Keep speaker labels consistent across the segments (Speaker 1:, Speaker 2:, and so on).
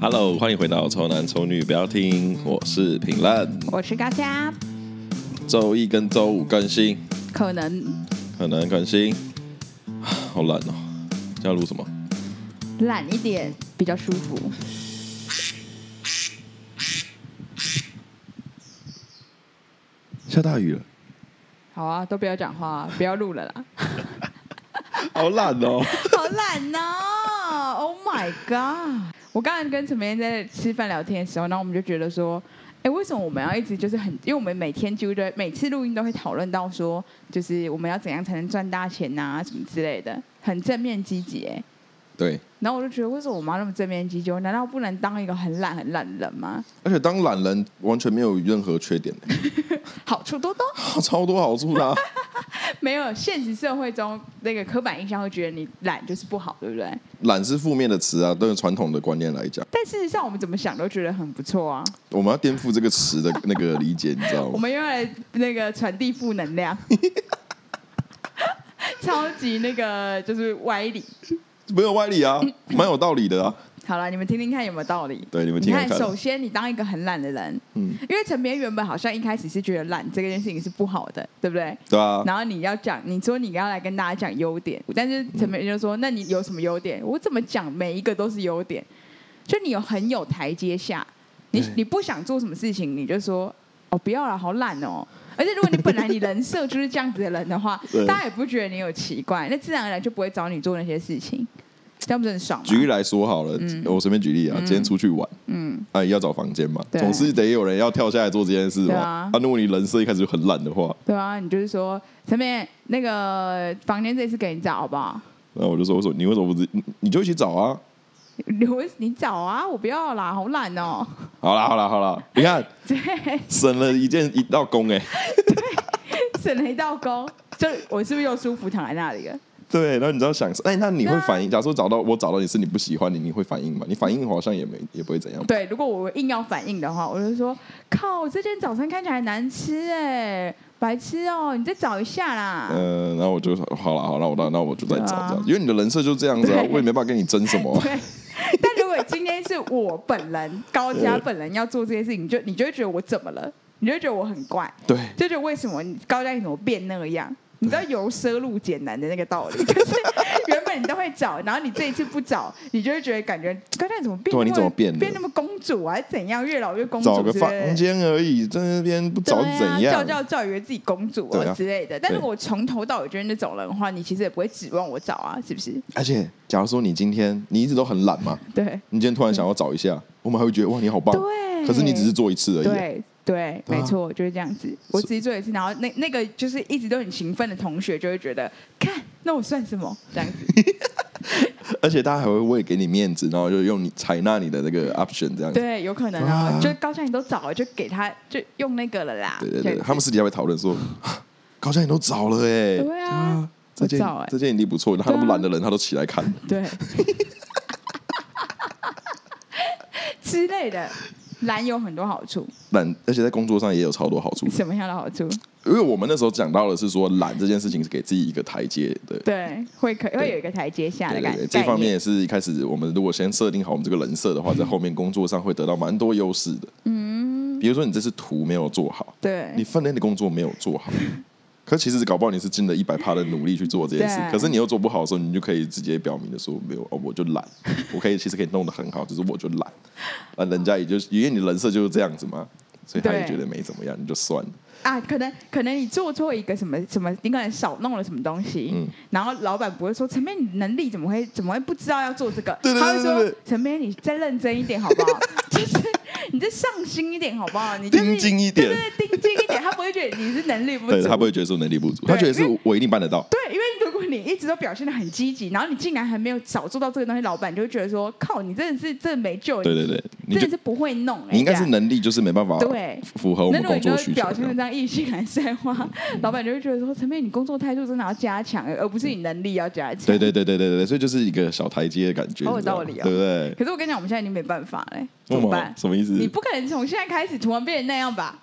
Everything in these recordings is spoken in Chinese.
Speaker 1: Hello，欢迎回到《丑男丑女》，不要听，我是评论。
Speaker 2: 我是高嘉，
Speaker 1: 周一跟周五更新，
Speaker 2: 啊可能
Speaker 1: 很难更新， 好懒哦。要录什么？
Speaker 2: 懒一点比较舒服。
Speaker 1: 下大雨了，
Speaker 2: 好啊，都不要讲话、不要录了啦。
Speaker 1: 好懒哦。
Speaker 2: 好懒哦！Oh my god！我刚才跟陈梅燕在吃饭聊天的时候，然后我们就觉得说，哎，为什么我们要一直就是很，因为我们每天几乎都会每次录音都会讨论到说，就是我们要怎样才能赚大钱呐、什么之类的，很正面积极哎。
Speaker 1: 对，
Speaker 2: 然后我就觉得，为什么我妈那么正面积极？我难道不能当一个很懒很懒的人吗？
Speaker 1: 而且当懒人完全没有任何缺点，
Speaker 2: 好处多多。
Speaker 1: 超多好处的啊、
Speaker 2: 没有现实社会中那个刻板印象会觉得你懒就是不好，对不对？
Speaker 1: 懒是负面的词啊，对传统的观念来讲，
Speaker 2: 但事实上我们怎么想都觉得很不错啊。
Speaker 1: 我们要颠覆这个词的那个理解，你知道
Speaker 2: 我
Speaker 1: 吗？
Speaker 2: 们用来那个传递负能量， 超级那个就是歪理。
Speaker 1: 没有歪理啊，蛮有道理的啊。
Speaker 2: 好了，你们听听看有没有道理？
Speaker 1: 对你们
Speaker 2: 你
Speaker 1: 听
Speaker 2: 看，
Speaker 1: 听看
Speaker 2: 首先你当一个很懒的人，
Speaker 1: 嗯，
Speaker 2: 因为陈别原本好像一开始是觉得懒这件事情是不好的，对不对？
Speaker 1: 对啊，
Speaker 2: 然后你要讲，你说你要来跟大家讲优点，但是陈美就说：“那你有什么优点？”我怎么讲，每一个都是优点，就你有很有台阶下。你
Speaker 1: 对
Speaker 2: 你不想做什么事情，你就说：“哦，不要了，好懒哦。”而且如果你本来你人设就是这样子的人的话
Speaker 1: 对，
Speaker 2: 大家也不觉得你有奇怪，那自然而然就不会找你做那些事情，这样不是很爽吗？
Speaker 1: 举例来说好了，我随便举例啊，今天出去玩，
Speaker 2: 嗯，
Speaker 1: 啊，要找房间嘛，
Speaker 2: 对
Speaker 1: 总是得有人要跳下来做这件事嘛。
Speaker 2: 对啊
Speaker 1: 如果你人设一开始就很懒的话，
Speaker 2: 对啊，你就是说陈美那个房间这次给你找好不好？
Speaker 1: 那我就说，我说你为什么不自，你你就一起找啊？
Speaker 2: 你你找啊，我不要啦，好懒哦。
Speaker 1: 好啦，好啦，好 啦，你看，省了一件一道工哎、
Speaker 2: 省了一道工，就我是不是又舒服躺在那里了？
Speaker 1: 对，然后你知道想，哎、那你会反应？
Speaker 2: 啊
Speaker 1: 假如说找到我找到你是你不喜欢你，你会反应吗？你反应好像也没也不会怎样。
Speaker 2: 对，如果我硬要反应的话，我就说靠，这间早餐看起来难吃哎，白痴哦，你再找一下啦。
Speaker 1: 嗯、然后我就说好了，好了，我那那我就再找
Speaker 2: 啊对啊
Speaker 1: 这样子，因为你的人设就这样子啊
Speaker 2: 对，
Speaker 1: 我也没办法跟你争什么啊、
Speaker 2: 对，但如果今天是我本人高家本人要做这些事情，你就你就会觉得我怎么了？你就会觉得我很怪，
Speaker 1: 对，
Speaker 2: 就觉得为什么你高家你怎么变那样？你知道由奢入俭难的那个道理， 就是原本你都会找，然后你这一次不找，你就会觉得感觉高家你怎么变
Speaker 1: 对
Speaker 2: 那么？
Speaker 1: 啊你怎么变了
Speaker 2: 变那么公主啊？还是怎样？越老越公主
Speaker 1: 找个
Speaker 2: 是不是
Speaker 1: 房间而以，在那边不找
Speaker 2: 对
Speaker 1: 是怎样？
Speaker 2: 啊、叫叫叫，以为自己公主
Speaker 1: 对
Speaker 2: 啊
Speaker 1: 啊
Speaker 2: 之类的。但如果我从头到尾就是那种人的话，你其实也不会指望我找啊，是不是？
Speaker 1: 而且，假如说你今天你一直都很懒嘛，
Speaker 2: 对
Speaker 1: 你今天突然想要找一下，我们还会觉得哇，你好棒。
Speaker 2: 对
Speaker 1: 可是你只是做一次而已、
Speaker 2: 对。对，
Speaker 1: 对啊
Speaker 2: 没错，就是这样子。我只是做一次，然后那那个就是一直都很勤奋的同学就会觉得，看，那我算什么？这样 子，
Speaker 1: 而且大家还会为给你面子，然后就用你采纳你的那个 option 这样子。
Speaker 2: 对，有可能啊
Speaker 1: 哇。
Speaker 2: 就高嘉你都找了，就给他就用那个了啦。
Speaker 1: 对对
Speaker 2: 这
Speaker 1: 对，
Speaker 2: 样子
Speaker 1: 他们私底下会讨论说，啊高嘉你都找了哎、欸，
Speaker 2: 对啊
Speaker 1: 这件
Speaker 2: 我找欸
Speaker 1: 这件一定不错，他那么懒的人他都起来看，
Speaker 2: 对 之类的，懒有很多好处，
Speaker 1: 懒，而且在工作上也有超多好处的。
Speaker 2: 什么样的好处？
Speaker 1: 因为我们那时候讲到的是说，懒这件事情是给自己一个台阶 的。
Speaker 2: 对，会可会有一个台阶下的
Speaker 1: 对
Speaker 2: 感
Speaker 1: 对
Speaker 2: 觉。
Speaker 1: 对，这方面也是一开始我们如果先设定好我们这个人设的话，在后面工作上会得到蛮多优势的。嗯，比如说你这次图没有做好，
Speaker 2: 对
Speaker 1: 你分内的工作没有做 好，可其实搞不好你是尽了一百趴的努力去做这件事，
Speaker 2: 对
Speaker 1: 可是你又做不好的时候，你就可以直接表明的说没有，哦，我就 懒，我可以其实可以弄得很好，只是我就懒，啊，人家也就因为你人设就是这样子嘛，所以他也
Speaker 2: 对
Speaker 1: 觉得没怎么样，你就算了。
Speaker 2: 啊，可能可能你做错一个什么什么，你可能少弄了什么东西，
Speaker 1: 嗯
Speaker 2: 然后老板不会说陈妹你能力怎么会怎么会不知道要做这个？
Speaker 1: 对对对
Speaker 2: 他
Speaker 1: 对
Speaker 2: 会
Speaker 1: 对
Speaker 2: 说陈妹你再认真一点好不好？ 就是你再上心一点好不好？你就是
Speaker 1: 盯紧一点
Speaker 2: 对对对，盯紧一点，他不会觉得你是能力不
Speaker 1: 对
Speaker 2: 足，
Speaker 1: 他不会觉得说能力不足，
Speaker 2: 对
Speaker 1: 他觉得是我一定办得到。
Speaker 2: 对，因为如果你一直都表现的很积极，然后你竟然还没有少做到这个东西，老板就会觉得说靠，你真的是真的没救，
Speaker 1: 对对对，你
Speaker 2: 真
Speaker 1: 就
Speaker 2: 的是不会弄、欸，
Speaker 1: 你应该
Speaker 2: 这
Speaker 1: 是
Speaker 2: 样
Speaker 1: 能力就是没办法
Speaker 2: 对
Speaker 1: 符合我
Speaker 2: 那
Speaker 1: 们
Speaker 2: 如果
Speaker 1: 工
Speaker 2: 你就
Speaker 1: 作
Speaker 2: 是
Speaker 1: 需求嗯
Speaker 2: 表。现的这样 意兴阑珊的话， 老板就会觉得说：“陈妹，你工作态度真的要加强，而不是你能力要加强。”
Speaker 1: 对。对对对对对，所以就是一个小台阶的感觉，
Speaker 2: 好有
Speaker 1: 你知道吗
Speaker 2: 道理哦
Speaker 1: 对不对？
Speaker 2: 可是我跟你讲，我们现在已经没办法嘞，
Speaker 1: 为
Speaker 2: 怎
Speaker 1: 什
Speaker 2: 么
Speaker 1: 么
Speaker 2: 办？
Speaker 1: 什么意思？
Speaker 2: 你不可能从现在开始突然变成那样吧？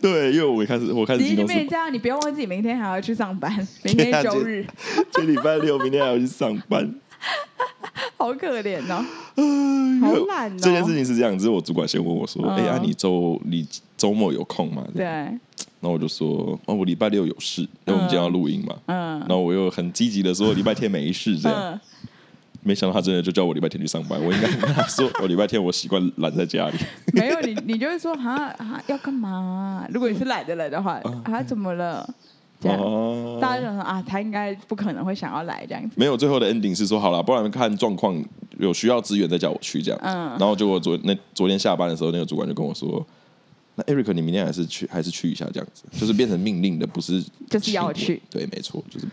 Speaker 1: 对，因为我一开始我开始
Speaker 2: 你已
Speaker 1: 进
Speaker 2: 经
Speaker 1: 公司
Speaker 2: 变成这样，你不要忘记，明天还 要
Speaker 1: 啊
Speaker 2: 去上班，明天是周日。
Speaker 1: 这礼拜六，明天还要去上班。
Speaker 2: 好可怜哦，
Speaker 1: 哎
Speaker 2: 好
Speaker 1: 呦
Speaker 2: 懒哦。
Speaker 1: 这件事情是这样，只是我主管先问我说：“
Speaker 2: 嗯
Speaker 1: 哎、呀、你周你周末有空吗？”
Speaker 2: 对，
Speaker 1: 然后我就说：“哦，我礼拜六有事，因为我们今天要录音嘛。
Speaker 2: 嗯
Speaker 1: 然后我又很积极的说：“礼拜天没事。”这样，
Speaker 2: 嗯，
Speaker 1: 没想到他真的就叫我礼拜天去上班。我应该跟他说：“我礼拜天我习惯懒在家里。
Speaker 2: 没有你，你就会说哈啊要干嘛啊、如果你是懒的人的话，啊怎么了？”这样，
Speaker 1: 嗯哦
Speaker 2: 大家就想说啊，他应该不可能会想要来这样子。
Speaker 1: 没有，最后的 ending 是说好了，不然看状况，有需要资源再叫我去这样。
Speaker 2: 嗯
Speaker 1: 然后结果昨那昨天下班的时候，那个主管就跟我说：“那 Eric，你明天还是去，还是去一下这样子，就是变成命令的，不是
Speaker 2: 就是要我去
Speaker 1: 请我。对，没错，就是。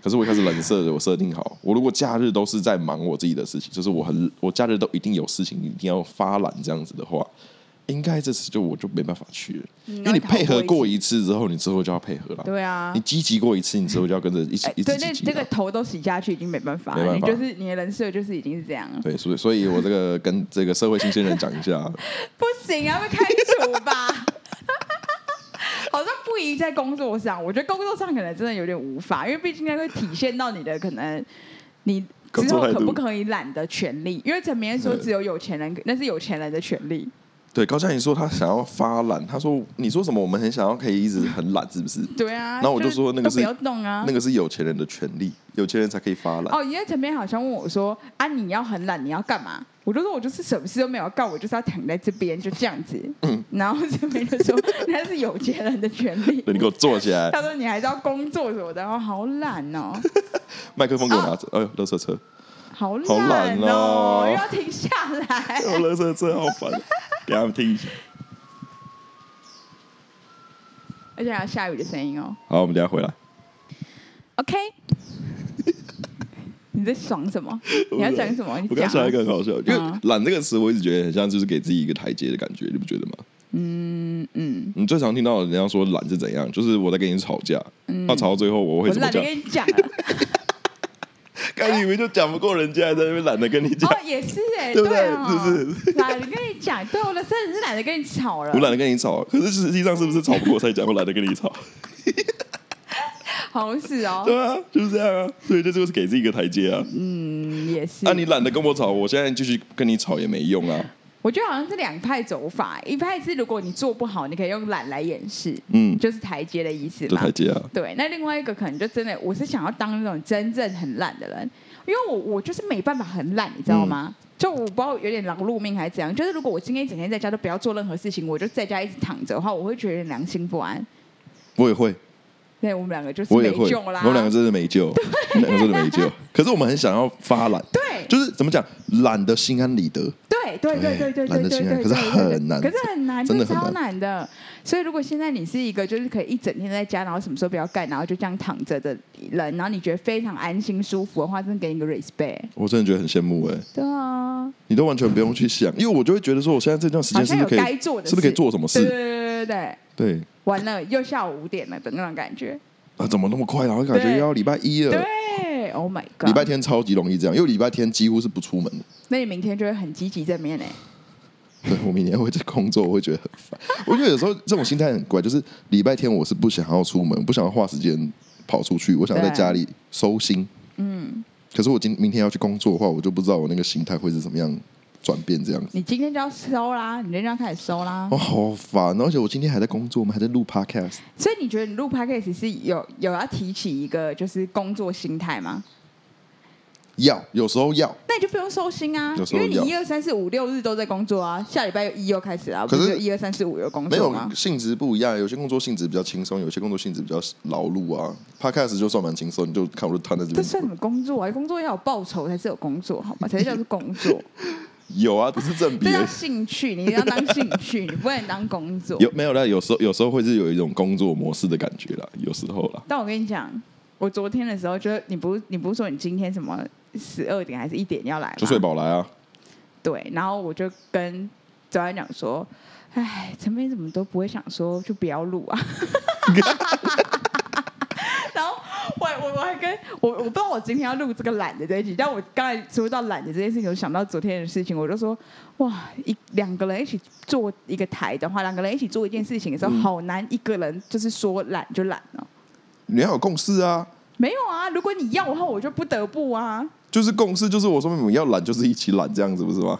Speaker 1: 可是我一开始冷色的，我设定好，我如果假日都是在忙我自己的事情，就是我很我假日都一定有事情，一定要发懒这样子的话，应该这次就我就没办法去了，因为你配合过一次之后，你之后就要配合了。
Speaker 2: 对啊
Speaker 1: 你，积极过一次，你之后就要跟着一起
Speaker 2: 哎
Speaker 1: 一起
Speaker 2: 对，那
Speaker 1: 积极
Speaker 2: 这个
Speaker 1: 了
Speaker 2: 头都洗下去已经没办法
Speaker 1: 啊没
Speaker 2: 了，
Speaker 1: 办
Speaker 2: 你
Speaker 1: 法
Speaker 2: 就是你的人设就是已经是这样了，
Speaker 1: 对，所以所以我这 个跟这个社会新鲜人讲一下，啊
Speaker 2: 不行啊，被开除吧。 好像不宜在工作上，我觉得工作上可能真的有点无法，因为毕竟那会体现到你的可能你
Speaker 1: 工
Speaker 2: 之
Speaker 1: 作
Speaker 2: 后
Speaker 1: 态
Speaker 2: 可
Speaker 1: 度
Speaker 2: 不可以懒的权利。因为陈明说只有有钱人，那是有钱人的权利。
Speaker 1: 对高嘉颖说她想要发懒，她说你说什么我们很想要可以一直很懒是不是？
Speaker 2: 对啊，
Speaker 1: 那我就说那个
Speaker 2: 都
Speaker 1: 是
Speaker 2: 不要动啊，
Speaker 1: 那个是有钱人的权利，有钱人才可以发懒。
Speaker 2: 哦，因为陈边好像问我说：“啊，你要很懒，你要干嘛？”我就说：“我就是什么事都没有干，我就是要躺在这边，就这样子。”
Speaker 1: 嗯
Speaker 2: 然后这边就说：“那是有钱人的权 利。
Speaker 1: 对，你给我坐起” 来，
Speaker 2: 他说：“你还是要工作什么的。”然后好懒哦，
Speaker 1: 麦克风给我拿着。哎呦，垃圾车，
Speaker 2: 好
Speaker 1: 好
Speaker 2: 懒
Speaker 1: 懒
Speaker 2: 哦
Speaker 1: 哦，
Speaker 2: 又要停下来
Speaker 1: 哎。呦，垃圾车好烦，给他们听一下。
Speaker 2: 而且还有下雨的声音哦。
Speaker 1: 好，我们等一下回来。
Speaker 2: OK，你在爽什么？ 你要讲什么？你
Speaker 1: 我
Speaker 2: 讲
Speaker 1: 刚
Speaker 2: 啊。
Speaker 1: 想到一个很好笑，因为
Speaker 2: 嗯
Speaker 1: “懒”这个词，我一直觉得很像就是给自己一个台阶的感觉，你不觉得吗？
Speaker 2: 嗯嗯，
Speaker 1: 你最常听到人家说懒是怎样，就是我在跟你吵架，那吵到最后我会
Speaker 2: 嗯我
Speaker 1: 怎么
Speaker 2: 懒得
Speaker 1: 讲？
Speaker 2: 跟你讲啊 了。
Speaker 1: 看你们就讲不过人家，还在那边懒得跟你讲
Speaker 2: 哦。，也是哎，
Speaker 1: 对不对
Speaker 2: 哦
Speaker 1: 是不
Speaker 2: 懒得跟你讲，对，我的真的是懒得跟你吵了，
Speaker 1: 我懒得跟你吵，可是实际上是不是吵不过我才讲我懒得跟你吵？
Speaker 2: 好像是哦，
Speaker 1: 对啊，就是这样啊。所以这就是给自己一个台阶啊。
Speaker 2: 嗯，也是。
Speaker 1: 那、啊你懒得跟我吵，我现在继续跟你吵也没用啊。
Speaker 2: 我觉得好像是两派走法，一派是如果你做不好，你可以用懒来掩饰，
Speaker 1: 嗯，
Speaker 2: 就是台阶的意思
Speaker 1: 这
Speaker 2: 嘛
Speaker 1: 台。阶啊，
Speaker 2: 对，那另外一个可能就真的，我是想要当那种真正很懒的人，因为我我就是没办法很懒，你知道吗？
Speaker 1: 嗯
Speaker 2: 就我不知道有点劳碌命还是怎样，就是如果我今天一整天在家都不要做任何事情，我就在家一直躺着的话，我会觉得有点良心不安。
Speaker 1: 我也会，
Speaker 2: 对我们两个就是
Speaker 1: 我也
Speaker 2: 没
Speaker 1: 会，
Speaker 2: 救啦，
Speaker 1: 我们两个真的没救，我们两个真的没救。可是我们很想要发懒，
Speaker 2: 对，
Speaker 1: 就是怎么讲，懒得心安理得。
Speaker 2: 对对对对对
Speaker 1: 懒得
Speaker 2: 对对
Speaker 1: 心安
Speaker 2: 对，
Speaker 1: 可是
Speaker 2: 对
Speaker 1: 很难
Speaker 2: 可是很难，
Speaker 1: 真的
Speaker 2: 这
Speaker 1: 很
Speaker 2: 超
Speaker 1: 难
Speaker 2: 难的。所以如果现在你是一个就是可以一整天在家，然后什么时候不要干，然后就这样躺着的人，然后你觉得非常安心舒服的话，真的给你一个 respect。
Speaker 1: 我真的觉得很羡慕哎、
Speaker 2: 对啊，
Speaker 1: 你都完全不用去想，因为我就会觉得说，我现在这段时
Speaker 2: 好
Speaker 1: 间是
Speaker 2: 像
Speaker 1: 不
Speaker 2: 有
Speaker 1: 是可以
Speaker 2: 该做的，
Speaker 1: 是不是可以做什么
Speaker 2: 对对
Speaker 1: 事？
Speaker 2: 对对对，
Speaker 1: 对
Speaker 2: 完了又下午五点了的那种感觉。
Speaker 1: 啊，怎么那么快啊？我感觉
Speaker 2: 对
Speaker 1: 要礼拜一了。
Speaker 2: 对，Oh my
Speaker 1: 礼拜
Speaker 2: god！
Speaker 1: 天超级容易这样，因为礼拜天几乎是不出门的。
Speaker 2: 那你明天就会很积极正面呢。
Speaker 1: 对我明天会在工作，我会觉得很烦。我觉得有时候这种心态很怪，就是礼拜天我是不想要出门，不想要花时间跑出去，我想要在
Speaker 2: 对
Speaker 1: 家里收心。嗯，可是我今明天要去工作的话，我就不知道我那个心态会是怎么样转变这样子。
Speaker 2: 你今天就要收啦，你今天就要开始收啦
Speaker 1: 哦，。好烦！而且我今天还在工作，我们还在录 podcast。
Speaker 2: 所以你觉得你录 podcast 是有有要提起一个就是工作心态吗？
Speaker 1: 要有时候要，
Speaker 2: 那你就不用收心啊
Speaker 1: 有，时
Speaker 2: 因
Speaker 1: 候
Speaker 2: 为你
Speaker 1: 要
Speaker 2: 一二三四五六日都在工作啊，下礼拜一又开始啊，
Speaker 1: 可是
Speaker 2: 不一二三四五又工
Speaker 1: 没
Speaker 2: 作啊
Speaker 1: 有
Speaker 2: 吗？
Speaker 1: 性质不一样，有些工作性质比较轻松，有些工作性质比较劳碌啊。podcast 就算蛮轻松，你就看我就瘫在这
Speaker 2: 这
Speaker 1: 边。
Speaker 2: 算什么工作啊？工作要有报酬才是有工作，好 吗？才叫做工作，
Speaker 1: 有啊，不是正比
Speaker 2: 这
Speaker 1: 而
Speaker 2: 叫
Speaker 1: 已。
Speaker 2: 兴趣，你要当兴 趣，你不能当工作。
Speaker 1: 有没有啦？有时候有时候会是有一种工作模式的感觉啦，有时候啦。
Speaker 2: 但我跟你讲，我昨天的时候，就是你不是你不是说你今天什么十二点还是一点要来吗？
Speaker 1: 就睡饱来啊，
Speaker 2: 对，然后我就跟周安讲说，哎，陈斌怎么都不会想说就不要录啊。 然后我我我还跟我我不知道我今天要录这个懒的这一集，但我刚才说到懒的这件事情，我想到昨天的事情，我就说哇，一两个人一起做一个台的话，两个人一起做一件事情的时候，好难一个人就是说懒就懒哦。
Speaker 1: 你要有共识啊。
Speaker 2: 没有啊，如果你要的话，我就不得不啊。
Speaker 1: 就是共识，就是我说你们要懒就是一起懒这样子，不是吗？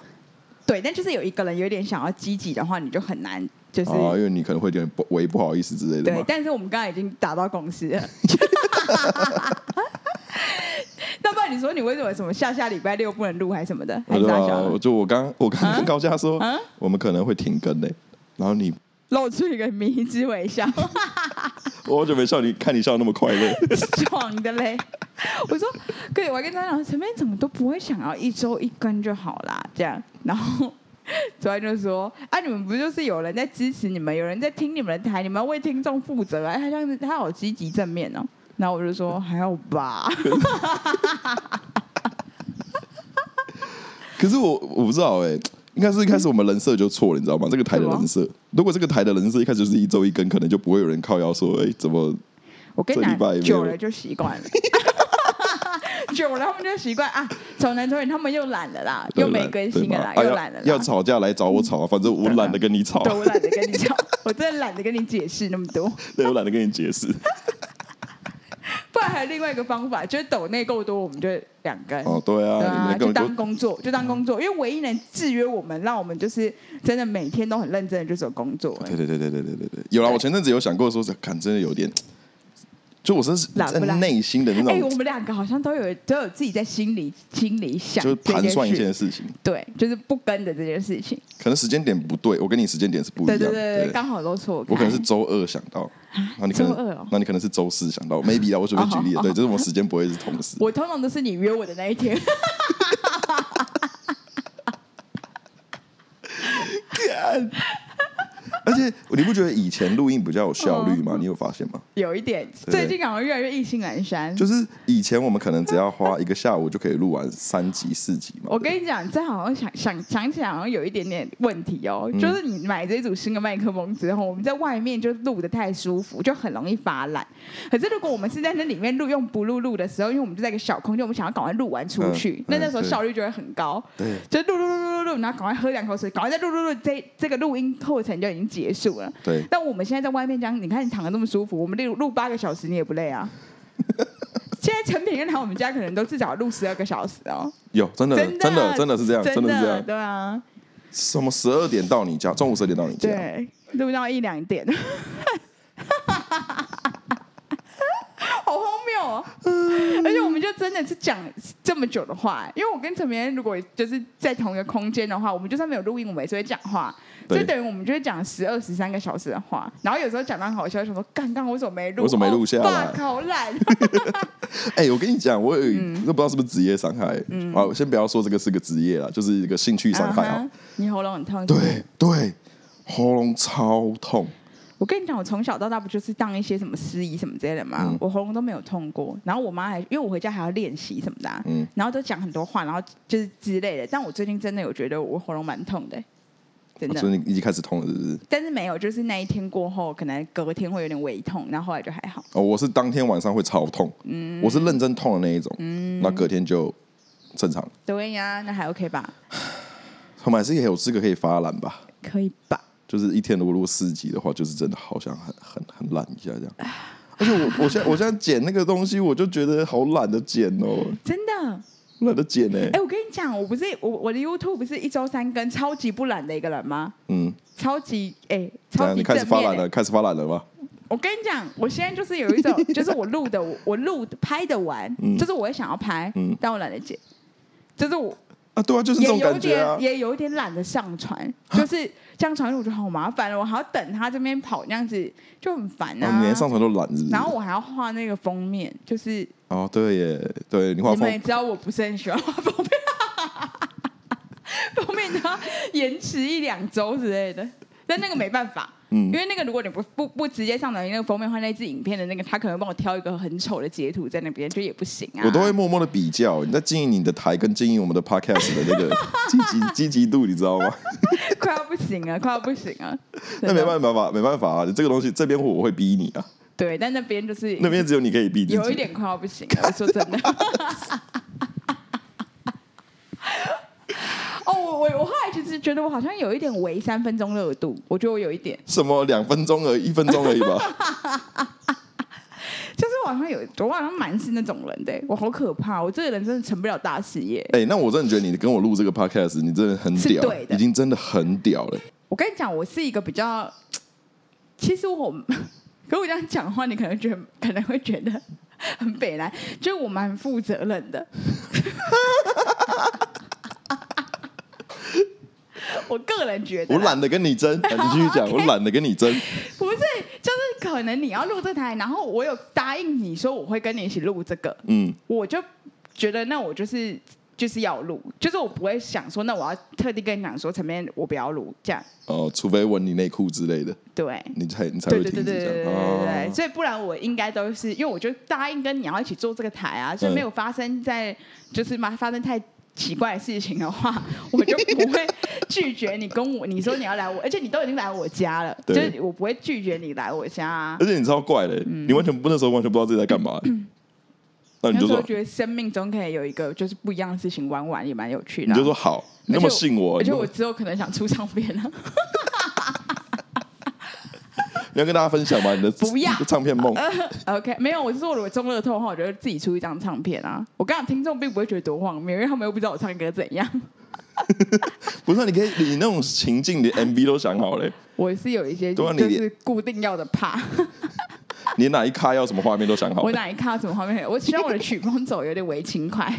Speaker 2: 对，但就是有一个人有点想要积极的话，你就很难就是、
Speaker 1: 啊，因为你可能会有点不为不好意思之类的
Speaker 2: 对
Speaker 1: 嘛。。
Speaker 2: 但是我们刚刚已经达到共识了。 那不然你说你为什么什么下下礼拜六不能录还是什么的，还
Speaker 1: 我
Speaker 2: 是
Speaker 1: 对
Speaker 2: 大
Speaker 1: 吧？
Speaker 2: 小
Speaker 1: 我就我刚我刚
Speaker 2: 啊
Speaker 1: 跟高嘉说
Speaker 2: 啊，
Speaker 1: 我们可能会停更嘞。然后你，
Speaker 2: 露出一个迷之微笑，
Speaker 1: 我好久没笑你，看你笑得那么快 乐。
Speaker 2: 爽的嘞。我说，可以，我还跟他讲，前面怎么都不会想要一周一根就好啦，这样。然后 昨天就说，啊，你们不就是有人在支持你们，有人在听你们的台，你们要为听众负责啊。他像是他好积极正面哦。然后我就说，还好吧。
Speaker 1: 可是我我不知道哎、应该是一开始我们人设就错了，你知道吗？这个台的人设，如果这个台的人设一开始就是一周一根，可能就不会有人靠腰说，哎、怎么
Speaker 2: 我跟你
Speaker 1: 这礼拜也没
Speaker 2: 讲，
Speaker 1: 有
Speaker 2: 久了就习惯了。 久了他们就习惯啊，从南从远他们又懒了啦，又没更新了啦，
Speaker 1: 对吧
Speaker 2: 又
Speaker 1: 啊
Speaker 2: 懒了啦。
Speaker 1: 要要吵架来找我吵啊，反正我懒得跟你吵，啊
Speaker 2: 对，我懒得跟你讲， 我真的懒得跟你解释那么多。
Speaker 1: 对我懒得跟你解释。
Speaker 2: 啊不然还有另外一个方法，就是抖内够多，我们就两根。
Speaker 1: 哦，对啊，
Speaker 2: 对
Speaker 1: 你
Speaker 2: 啊，
Speaker 1: 们
Speaker 2: 就
Speaker 1: 根
Speaker 2: 当
Speaker 1: 本
Speaker 2: 工作，就当工作，因为唯一能制约我们，让我们就是真的每天都很认真的就是有工作
Speaker 1: 就。对对对对对对对对，有啦，我前阵子有想过说，看真的有点，就我真是
Speaker 2: 懒不
Speaker 1: 真
Speaker 2: 懒
Speaker 1: 内心的那
Speaker 2: 哎、
Speaker 1: 种
Speaker 2: 我，们两个好像都有都有自己在心里心里想
Speaker 1: 就是
Speaker 2: 这
Speaker 1: 盘算一
Speaker 2: 事
Speaker 1: 件事情，
Speaker 2: 对，就是不跟的这件事情。
Speaker 1: 可能时间点不对，我跟你时间点是不一
Speaker 2: 对
Speaker 1: 样
Speaker 2: 对
Speaker 1: 的。
Speaker 2: 对对，刚好都错开。
Speaker 1: 我可能是周二想到，那你可
Speaker 2: 周二哦
Speaker 1: 能，那你可能是周四想到，maybe 啊，我准备举例
Speaker 2: 哦
Speaker 1: 了，对，就是我们时间不会是同时。
Speaker 2: 我通常都是你约我的那 一天。
Speaker 1: 而且你不觉得以前录音比较有效率
Speaker 2: 哦
Speaker 1: 吗？你有发现吗？
Speaker 2: 有一点，
Speaker 1: 对
Speaker 2: 最近好像越来越意兴阑珊。
Speaker 1: 就是以前我们可能只要花一个下午就可以录完三集四集嘛。
Speaker 2: 我跟你讲，这好像想想想起来好像有一点点问题哦，
Speaker 1: 嗯
Speaker 2: 就是你买这组新的麦克风之后，我们在外面就录的太舒服，就很容易发懒。可是如果我们是在那里面录，用不录录的时候，因为我们就在一个小空间，我们想要赶快录完出去，
Speaker 1: 嗯
Speaker 2: 那那时
Speaker 1: 嗯
Speaker 2: 候
Speaker 1: 对
Speaker 2: 效率就会很高。
Speaker 1: 对
Speaker 2: 就录录录录录录，然后赶快喝两口水，赶快再录录录，这这个录音过程就已经结束了。
Speaker 1: 对，
Speaker 2: 但我们现在在外面这样，你看你躺的那么舒服，我们录录八个小时你也不累 啊。现在成品跟来我们家可能都至少录十二个小时 哦，
Speaker 1: 有真的
Speaker 2: 真的
Speaker 1: 真的真的是这样，
Speaker 2: 真
Speaker 1: 真的是这样。
Speaker 2: 对啊，
Speaker 1: 什么十二点到你家，中午十二点到你家，
Speaker 2: 对，录到一两点， 好荒谬哦！
Speaker 1: 嗯
Speaker 2: 而且我们就真的是讲这么久的话，因为我跟陈明如果就是在同一个空间的话，我们就算没有录音，我们也是会讲话，
Speaker 1: 对
Speaker 2: 就等于我们就会讲十二十三个小时的话，然后有时候讲到好笑，想说干刚为什么没录，
Speaker 1: 为什么没录下来
Speaker 2: 哦，fuck，好懒，
Speaker 1: 哎、我跟你讲，我有一
Speaker 2: 嗯
Speaker 1: 都不知道是不是职业伤害。嗯，好，先不要说这个是个职业啦，就是一个兴趣伤害啊。
Speaker 2: 啊哈你喉咙很痛，
Speaker 1: 对对，喉咙超痛，
Speaker 2: 我跟你讲，我从小到大不就是当一些什么司仪什么之类的嘛，
Speaker 1: 嗯
Speaker 2: 我喉咙都没有痛过。然后我妈还因为我回家还要练习什么的啊、
Speaker 1: 嗯
Speaker 2: 然后都讲很多话，然后就是之类的。但我最近真的有觉得我喉咙蛮痛的、真的。
Speaker 1: 所以你已经开始痛了，是不是？
Speaker 2: 但是没有，就是那一天过后，可能隔天会有点胃痛，然后后来就还好。
Speaker 1: 哦，我是当天晚上会超痛，嗯，我是认真痛的那一种，嗯，那隔天就正常了。
Speaker 2: 对呀、那还 OK 吧？
Speaker 1: 他们还是也有资格可以发懒吧？
Speaker 2: 可以吧？
Speaker 1: 就是一天如果录四集的话，就是真的好像很很很懒一下这样。而且我我现在我现在剪那个东西，我就觉得好懒得剪哦，
Speaker 2: 真的。
Speaker 1: 懒得剪哎、
Speaker 2: 哎、我跟你讲，我不是我我的 YouTube 不是一周三更，超级不懒的一个人吗？
Speaker 1: 嗯，
Speaker 2: 超级哎、
Speaker 1: 怎
Speaker 2: 超
Speaker 1: 样？啊
Speaker 2: 级
Speaker 1: 你开始
Speaker 2: 正
Speaker 1: 发
Speaker 2: 面、
Speaker 1: 懒
Speaker 2: 欸
Speaker 1: 了，。开始发懒了吧？
Speaker 2: 我跟你讲，我现在就是有 一种，就是我录的，我我录拍的完，
Speaker 1: 嗯
Speaker 2: 就是我也想要拍，
Speaker 1: 嗯
Speaker 2: 但我懒得剪，就是我
Speaker 1: 啊，对啊，就是这
Speaker 2: 也
Speaker 1: 种
Speaker 2: 有
Speaker 1: 感觉
Speaker 2: 点、
Speaker 1: 啊。
Speaker 2: 也有点懒得上 传，就是这样传，我觉得好麻烦了，我还要等他这边跑，那样子就很烦
Speaker 1: 啊，
Speaker 2: 啊。
Speaker 1: 你连上传都懒，是不是？
Speaker 2: 然后我还要画那个封面，就是
Speaker 1: 哦，对耶，对你画
Speaker 2: 你们也
Speaker 1: 风，
Speaker 2: 知道我不是很喜欢画封面， 封面都要延迟一两周之类的，但那个没办法。因
Speaker 1: 嗯，
Speaker 2: 为那个如果你不不不直接上传那个封面的话，那支影片的那个他可能帮我挑一个很丑的截图在那边，就也不行啊。
Speaker 1: 我都会默默的比较你在经营你的台跟经营我们的 podcast 的那 个积极积极度，你知道吗？
Speaker 2: 快要不行了，快要不行了。
Speaker 1: 那没办
Speaker 2: 法，
Speaker 1: 法吧，没办法啊，你这个东西这边我会逼你啊，
Speaker 2: 对，但那边就是
Speaker 1: 那边只有你可以逼自己
Speaker 2: 有一点快要不行了，我说真的。 哦，我我我后来其实觉得我好像有一点为三分钟热度，我觉得我有一点，
Speaker 1: 什么两分钟而已一分钟而已吧，
Speaker 2: 就是我好像有，我好像蛮是那种人的、我好可怕，我这个人真的成不了大事业。
Speaker 1: 哎、那我真的觉得你跟我录这个 podcast，你真的很
Speaker 2: 是
Speaker 1: 屌
Speaker 2: 对，的
Speaker 1: 已经真的很屌了。
Speaker 2: 我跟你讲，我是一个比较，其实我，可我这样讲话，你可能觉得可能会觉得很北来，就是我蛮负责任的。 我个人觉得
Speaker 1: 我
Speaker 2: 啦，
Speaker 1: 懒得跟你 争，啊你继续讲，我懒得跟你争。
Speaker 2: 不是，就是可能你要录这台，然后我有答应你说我会跟你一起录这个，
Speaker 1: 嗯，
Speaker 2: 我就觉得那我就是就是要录，就是我不会想说那我要特地跟你讲说前面我不要录这样，
Speaker 1: 哦，除非闻你内裤之类的，
Speaker 2: 对。
Speaker 1: 你才你才
Speaker 2: 对
Speaker 1: 会
Speaker 2: 对
Speaker 1: 停
Speaker 2: 对
Speaker 1: 止
Speaker 2: 对对对对
Speaker 1: 这样。
Speaker 2: 对
Speaker 1: 哦
Speaker 2: 所以不然我应该都是因为我就答应跟你要一起做这个台啊，所以没有发生在就是嘛发生太奇怪的事情的话，我就不会拒绝你跟我你说你要来我，而且你都已经来我家了，就
Speaker 1: 对
Speaker 2: 是我不会拒绝你来我家、啊
Speaker 1: 而。且你超怪的，
Speaker 2: 嗯
Speaker 1: 你完全不那时候完全不知道自己在干嘛。那你就
Speaker 2: 那时
Speaker 1: 说
Speaker 2: 候觉得生命中可以有一个就是不一样的事情玩玩也蛮有趣的、
Speaker 1: 你
Speaker 2: 啊。
Speaker 1: 就说好，你那么
Speaker 2: 而且
Speaker 1: 信我，
Speaker 2: 而
Speaker 1: 你
Speaker 2: 且我之后可能想出唱片啊了。
Speaker 1: 你要跟大家分享吗？你的
Speaker 2: 不要呃
Speaker 1: 唱片梦，
Speaker 2: OK，没有，我是说如果中乐透的话，我就自己出一张唱片啊。我跟你讲，听众并不会觉得多荒谬，因为他们又不知道我唱歌怎样。
Speaker 1: 不是你可以你那种情境，你 MV 都想好嘞，
Speaker 2: 我是有一些
Speaker 1: 对
Speaker 2: 就
Speaker 1: 啊你
Speaker 2: 是固定要的 怕，
Speaker 1: 你哪一咖要什么画面都想好
Speaker 2: 我。哪一看到什么画面，我希望我的曲风走有点为轻快。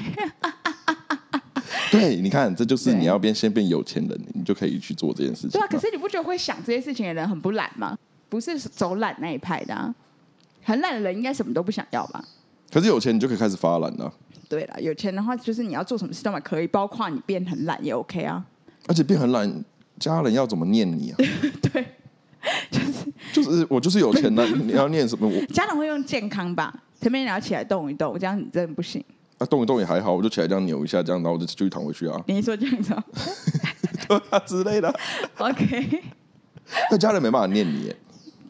Speaker 1: 对，你看，这就是
Speaker 2: 对
Speaker 1: 你要变先变有钱人，你就可以去做这件事情
Speaker 2: 对啊
Speaker 1: 嘛。，
Speaker 2: 可是你不觉得会想这些事情的人很不懒吗？不是走懒那一派的、啊，很懒的人应该什么都不想要吧？
Speaker 1: 可是有钱你就可以开始发懒了，
Speaker 2: 对了，有钱的话就是你要做什么事都嘛可以，包括你变很懒也 OK 啊。
Speaker 1: 而且变很懒，家人要怎么念你啊？
Speaker 2: 对，
Speaker 1: 就是我就是有钱的，你要念什么？我
Speaker 2: 家长会用健康吧，前面你要起来动一动，这样你真的不行。
Speaker 1: 啊动一动也还好，我就起来这样扭一下，这样然后我就继续躺回去啊
Speaker 2: 你一说这样子哦
Speaker 1: 之类的。
Speaker 2: ，OK，
Speaker 1: 那家人没办法念你耶，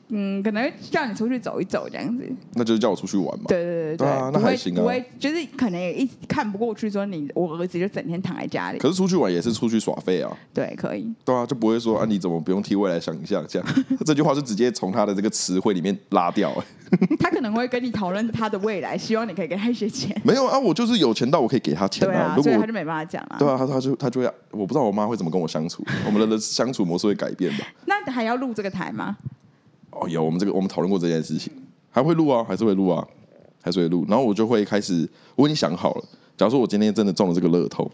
Speaker 2: 嗯，可能会叫你出去走一走这样子。
Speaker 1: 那就是叫我出去玩嘛。
Speaker 2: 对对对
Speaker 1: 对啊那
Speaker 2: 不
Speaker 1: 还
Speaker 2: 会
Speaker 1: 行啊
Speaker 2: 不会，就是可能也一直看不过去，说你我儿子就整天躺在家里，
Speaker 1: 可是出去玩也是出去耍废啊，
Speaker 2: 对，可以。
Speaker 1: 对啊，就不会说啊你怎么不用替未来想一下这样。 这句话就直接从他的这个词汇里面拉掉、哎
Speaker 2: 他可能会跟你讨论他的未来，希望你可以给他一 些钱。
Speaker 1: 没有啊，我就是有钱到我可以给他钱
Speaker 2: 对啊，
Speaker 1: 如
Speaker 2: 所
Speaker 1: 果
Speaker 2: 以
Speaker 1: 我
Speaker 2: 他就没办法讲了。
Speaker 1: 对啊，他他就他就会，我不知道我妈会怎么跟我相处，我们人的相处模式会改变吧？
Speaker 2: 那还要录这个台吗？
Speaker 1: 哦，有我们这个我们讨论过这件事情，还会录啊，还是会录啊，还是会录。然后我就会开始，我已经想好了，假如说我今天真的中了这个乐透，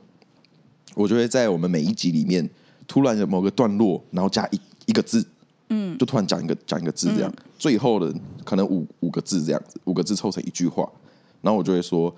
Speaker 1: 我就会在我们每一集里面突然有某个段落，然后加一一个字，嗯，就突然讲一个讲一个字这样，最后的可能五五个字这样子，五个字凑成一句话，然后我就会说。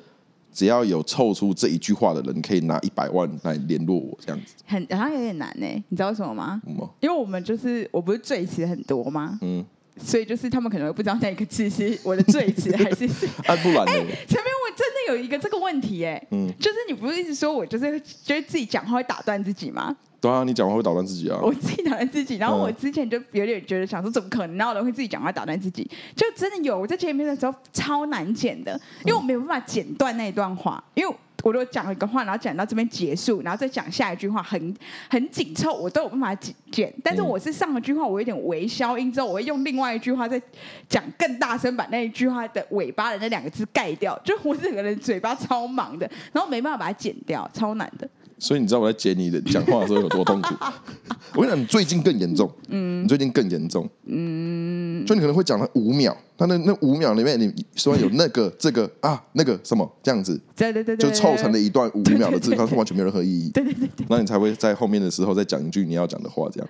Speaker 1: 只要有凑出这一句话的人，可以拿一百万来联络我，这样子，
Speaker 2: 很好像有点难呢、你知道为什么吗？
Speaker 1: 嗯吗？
Speaker 2: 因为我们就是我不是最词很多吗？
Speaker 1: 嗯，
Speaker 2: 所以就是他们可能会不知道那个字是我的最词还是是。
Speaker 1: 啊，不然呢？
Speaker 2: 前面我真的有一个这个问题哎、
Speaker 1: 嗯
Speaker 2: 就是你不是一直说我就是就是自己讲话会打断自己吗？
Speaker 1: 对啊，你讲话会打断自己啊。
Speaker 2: 我自己打断自己，然后
Speaker 1: 嗯
Speaker 2: 我之前就有点觉得想说，怎么可能哪有人会自己讲话打断自己？就真的有，我在前面的时候超难剪的，因为我没有办法剪断那一段话，因为我如果讲了一个话，然后讲到这边结束，然后再讲下一句话，很很紧凑，我都有办法剪剪。但是
Speaker 1: 嗯
Speaker 2: 我是上一句话我有点微消音之后，我会用另外一句话再讲更大声，把那一句话的尾巴的那两个字盖掉，就我整个人嘴巴超忙的，然后没办法把它剪掉，超难的。
Speaker 1: 所以你知道我在剪你的讲话的时候有多 痛苦？我跟你讲，你最近更严重。嗯，你最近更严重。嗯，就你可能会讲了五秒，但那那五秒里面，你虽然有那个、这 个啊、那个什么这样子，
Speaker 2: 对对对
Speaker 1: 就
Speaker 2: 对，对
Speaker 1: 凑成了一段五秒的字，
Speaker 2: 对对对
Speaker 1: 它是完全没有任何意义。
Speaker 2: 对对对对，
Speaker 1: 那你才会在后面的时候再讲一句你要讲的话，这样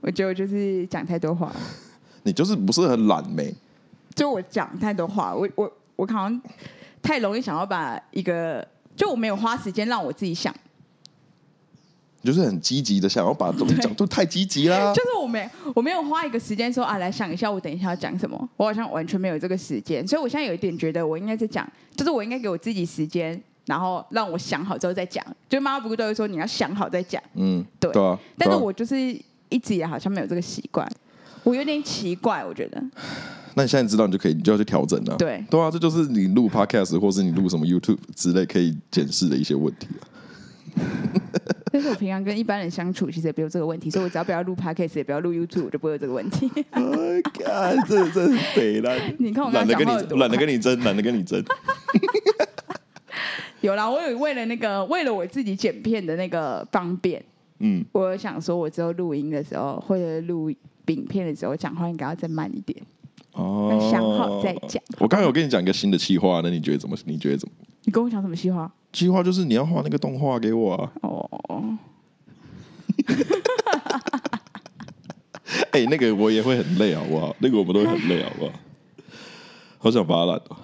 Speaker 2: 我觉得我就是讲太多话了。
Speaker 1: 你就是不是很懒没？
Speaker 2: 就我讲太多话，我我我好像太容易想要把一个，就我没有花时间让我自己想，
Speaker 1: 你就是很积极的想要把东西
Speaker 2: 对
Speaker 1: 讲，都太积极啦
Speaker 2: 就。是我没我没有花一个时间说啊，来想一下我等一下要讲什么，我好像完全没有这个时间，所以我现在有一点觉得我应该在讲，就是我应该给我自己时间，然后让我想好之后再讲。就妈妈不是都会说你要想好再讲，
Speaker 1: 嗯，
Speaker 2: 对
Speaker 1: 对啊。
Speaker 2: 但是
Speaker 1: 对啊
Speaker 2: 我就是一直也好像没有这个习惯，我有点奇怪，我觉得
Speaker 1: 那你现在知道，你就可以，你就要去调整了、
Speaker 2: 对
Speaker 1: 对啊，这就是你录 podcast 或是你录什么 YouTube 之类可以检视的一些问题、啊。
Speaker 2: 但是我平常跟一般人相处，其实也没有这个问题，所以我只要不要录 podcast，也不要录 YouTube，我就不会有这个问题。
Speaker 1: 哎干，这真是北了。
Speaker 2: 你看我刚
Speaker 1: 懒
Speaker 2: 刚
Speaker 1: 得
Speaker 2: 讲
Speaker 1: 跟
Speaker 2: 话有多
Speaker 1: 你懒得跟你争，懒得跟你争。
Speaker 2: 有啦，我有为了那个为了我自己剪片的那个方便，
Speaker 1: 嗯，
Speaker 2: 我有想说，我之后录音的时候或者录影片的时候，讲话应该要再慢一点。
Speaker 1: 哦，
Speaker 2: 那想好再讲。
Speaker 1: 我刚刚有跟你讲一个新的企划，那你觉得怎么？你觉得怎么？
Speaker 2: 你跟我讲什么计划？
Speaker 1: 计划就是你要画那个动画给我啊！
Speaker 2: 哦，
Speaker 1: 哎、那个我也会很累，好不好？那个我们都会很累，好不好？ 好想发懒哦！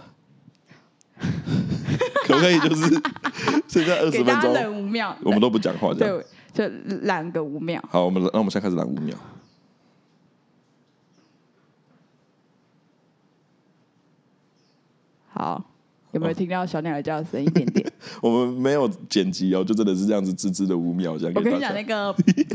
Speaker 1: 可不可以就是 剩下二
Speaker 2: 给
Speaker 1: 十分
Speaker 2: 大家
Speaker 1: 钟，
Speaker 2: 忍五秒，
Speaker 1: 我们都不讲话这样？
Speaker 2: 对，就懒个五秒。
Speaker 1: 好，我们那我们现在开始懒五秒。
Speaker 2: 好，有没有听到小鸟叫的声音？一点点。
Speaker 1: 我们没有剪辑哦，就真的是这样子自制的五秒这样
Speaker 2: 我
Speaker 1: 给
Speaker 2: 跟
Speaker 1: 大
Speaker 2: 你讲，
Speaker 1: 家
Speaker 2: 那。个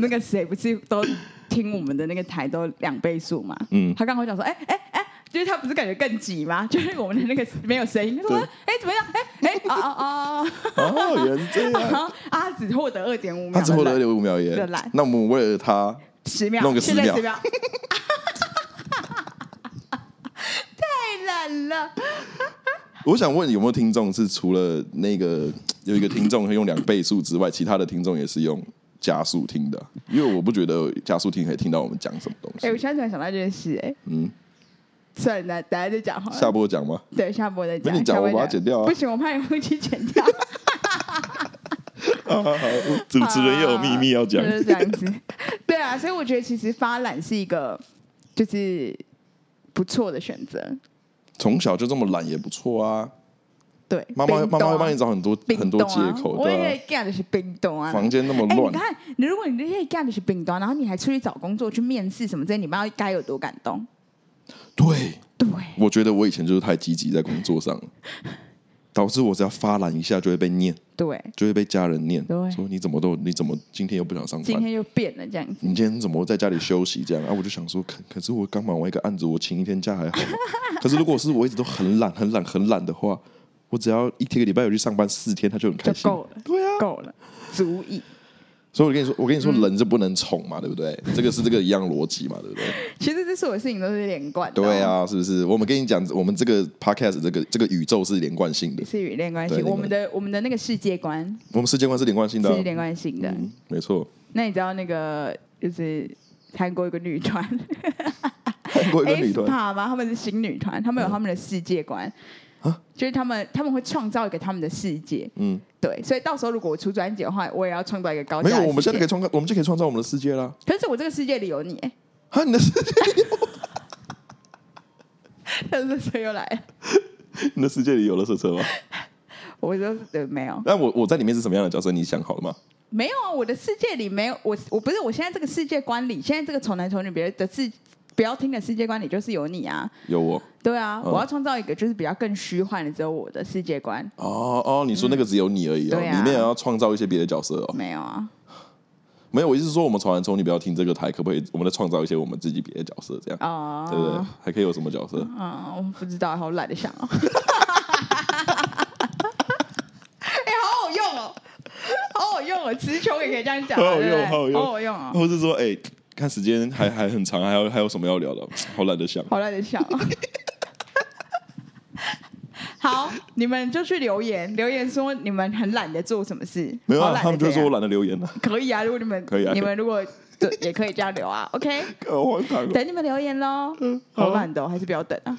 Speaker 2: 那个谁不是都听我们的那个台都两倍速嘛？
Speaker 1: 嗯
Speaker 2: 他刚刚讲说，哎哎哎，就是他不是感觉更急吗？ 就是我们的那个没有声音，他说
Speaker 1: 对，
Speaker 2: 哎怎么样？哎哎哦哦哦
Speaker 1: 哦，原来是这 样。
Speaker 2: 哦，啊只获得二点五
Speaker 1: 他
Speaker 2: 秒的懒，
Speaker 1: 只获得二点五秒耶
Speaker 2: 对懒。
Speaker 1: 那我们为了他，
Speaker 2: 十秒，
Speaker 1: 弄个
Speaker 2: 现
Speaker 1: 10
Speaker 2: 在
Speaker 1: 秒
Speaker 2: 十秒， 太 懒了。
Speaker 1: 我想问有没有听众是除了那个有一个听众会用两倍速之外，其他的听众也是用加速听的？因为我不觉得加速听可以听到我们讲什么东
Speaker 2: 哎，我
Speaker 1: 西。
Speaker 2: 现在突然想到这件事，哎，
Speaker 1: 嗯，
Speaker 2: 算了，等下再讲好了。
Speaker 1: 下播讲吗？
Speaker 2: 对，下播再讲。
Speaker 1: 那你讲
Speaker 2: 下播
Speaker 1: 我把它
Speaker 2: 再
Speaker 1: 剪掉啊
Speaker 2: 不行，我怕你会去剪掉。
Speaker 1: 好好好，主持人也有秘密要讲
Speaker 2: 啊。就是这样子。 对啊，所以我觉得其实发懒是一个就是不错的选择。
Speaker 1: 从小就这么懒也不错啊，
Speaker 2: 对，
Speaker 1: 妈妈
Speaker 2: 冰
Speaker 1: 妈
Speaker 2: 冻啊
Speaker 1: 妈会帮你找很多
Speaker 2: 冰冻啊
Speaker 1: 很多借口，
Speaker 2: 我也
Speaker 1: 对
Speaker 2: 干的是冰冻
Speaker 1: 啊。
Speaker 2: 啊。
Speaker 1: 房间那么
Speaker 2: 哎，你
Speaker 1: 乱，
Speaker 2: 看，你如果你那些干的是冰冻，然后你还出去找工作、去面试什么这些，你妈该有多感动？
Speaker 1: 对，
Speaker 2: 对，
Speaker 1: 我觉得我以前就是太积极在工作上了， 导致我只要发懒一下就会被念，
Speaker 2: 对，
Speaker 1: 就会被家人念，
Speaker 2: 对
Speaker 1: 说你怎么都你怎么今天又不想上
Speaker 2: 今
Speaker 1: 班，
Speaker 2: 天又变了这样子。
Speaker 1: 你今天怎么在家里休息这样啊？我就想说，可可是我刚忙完一个案子，我请一天假还好吗。 可是如果是我一直都很懒、很懒、很懒的话，我只要一天一个礼拜有去上班四天，他就很开心
Speaker 2: 就够了。
Speaker 1: 对啊，
Speaker 2: 够嗯了，足以。
Speaker 1: 所以我跟你说，我跟你说，人是不能宠嘛，对不对？这个是这个一样逻辑嘛，对不对？
Speaker 2: 其实这所有事情都是连贯的、哦
Speaker 1: 对，啊，是不是？我们跟你讲，我们这个 podcast 这个这个宇宙是连贯性的，
Speaker 2: 是与连贯
Speaker 1: 对连
Speaker 2: 性。
Speaker 1: 贯
Speaker 2: 我们的我们的那个世界观
Speaker 1: 我们世界观是连贯性的啊、
Speaker 2: 是连贯性的。
Speaker 1: 嗯，没 错。
Speaker 2: 那你知道那个就是韩国有个女团
Speaker 1: 韩 国有一个女
Speaker 2: a
Speaker 1: 团
Speaker 2: p 吗？他们是新女团，他们有他们的世界观，就是他们他们会创造一个他们的世界。
Speaker 1: 啊嗯，
Speaker 2: 对，所以到时候如果我出专辑的话，我也要创造一个高价
Speaker 1: 没
Speaker 2: 哎的世界。
Speaker 1: 有，我们现在可以创造，我们就可以创造我们的世界啦。
Speaker 2: 可是我这个世界里有你、 欸，
Speaker 1: 啊，你的世界，
Speaker 2: 但是谁又来了？
Speaker 1: 你的世界里有了车 车吗？
Speaker 2: 我就呃没有。
Speaker 1: 那我我在里面是什么样的角色？你想好了吗？
Speaker 2: 没有啊，我的世界里没有我，我不是我现在这个世界观里，现在这个丑男丑女别人的世不要听的世界观里就是有你啊，
Speaker 1: 有我。
Speaker 2: 对啊，
Speaker 1: 嗯
Speaker 2: 我要创造一个就是比较更虚幻的只有我的世界观，
Speaker 1: 哦哦，你说那个只有你而已哦，
Speaker 2: 对啊
Speaker 1: 里面也要创造一些别的角色哦。
Speaker 2: 没有啊，
Speaker 1: 没有，我意思是说，我们传完之后，你不要听这个台，可不可以？我们再创造一些我们自己别的角色，这样、
Speaker 2: 哦、
Speaker 1: 对不对？还可以有什么角色？
Speaker 2: 嗯，我不知道，好懒得想哦。 哎、好好用哦，好好用哦，词穷也可以这样讲，啊
Speaker 1: 好好用
Speaker 2: 对不对
Speaker 1: 好好用
Speaker 2: 好用哦，
Speaker 1: 或是说，哎、看时间还还很长，还有还有什么要聊的？好懒得想。
Speaker 2: 好懒得想哦。 好，你们就去留言，留言说你们很懒得做什么事。
Speaker 1: 没有
Speaker 2: 好
Speaker 1: 啊，
Speaker 2: 懒
Speaker 1: 他
Speaker 2: 得
Speaker 1: 们就
Speaker 2: 这
Speaker 1: 说我
Speaker 2: 样
Speaker 1: 懒得留言了、
Speaker 2: 可以啊，如果你们
Speaker 1: 可以啊
Speaker 2: 你
Speaker 1: 可以
Speaker 2: 们如果对也可以这样留啊，OK。
Speaker 1: 好荒唐哦。
Speaker 2: 等你们留言喽，
Speaker 1: 嗯好啊
Speaker 2: 好懒的、哦，还是不要等 啊。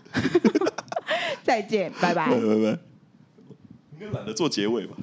Speaker 2: 再见，拜拜
Speaker 1: 拜。拜拜。应该懒得做结尾吧。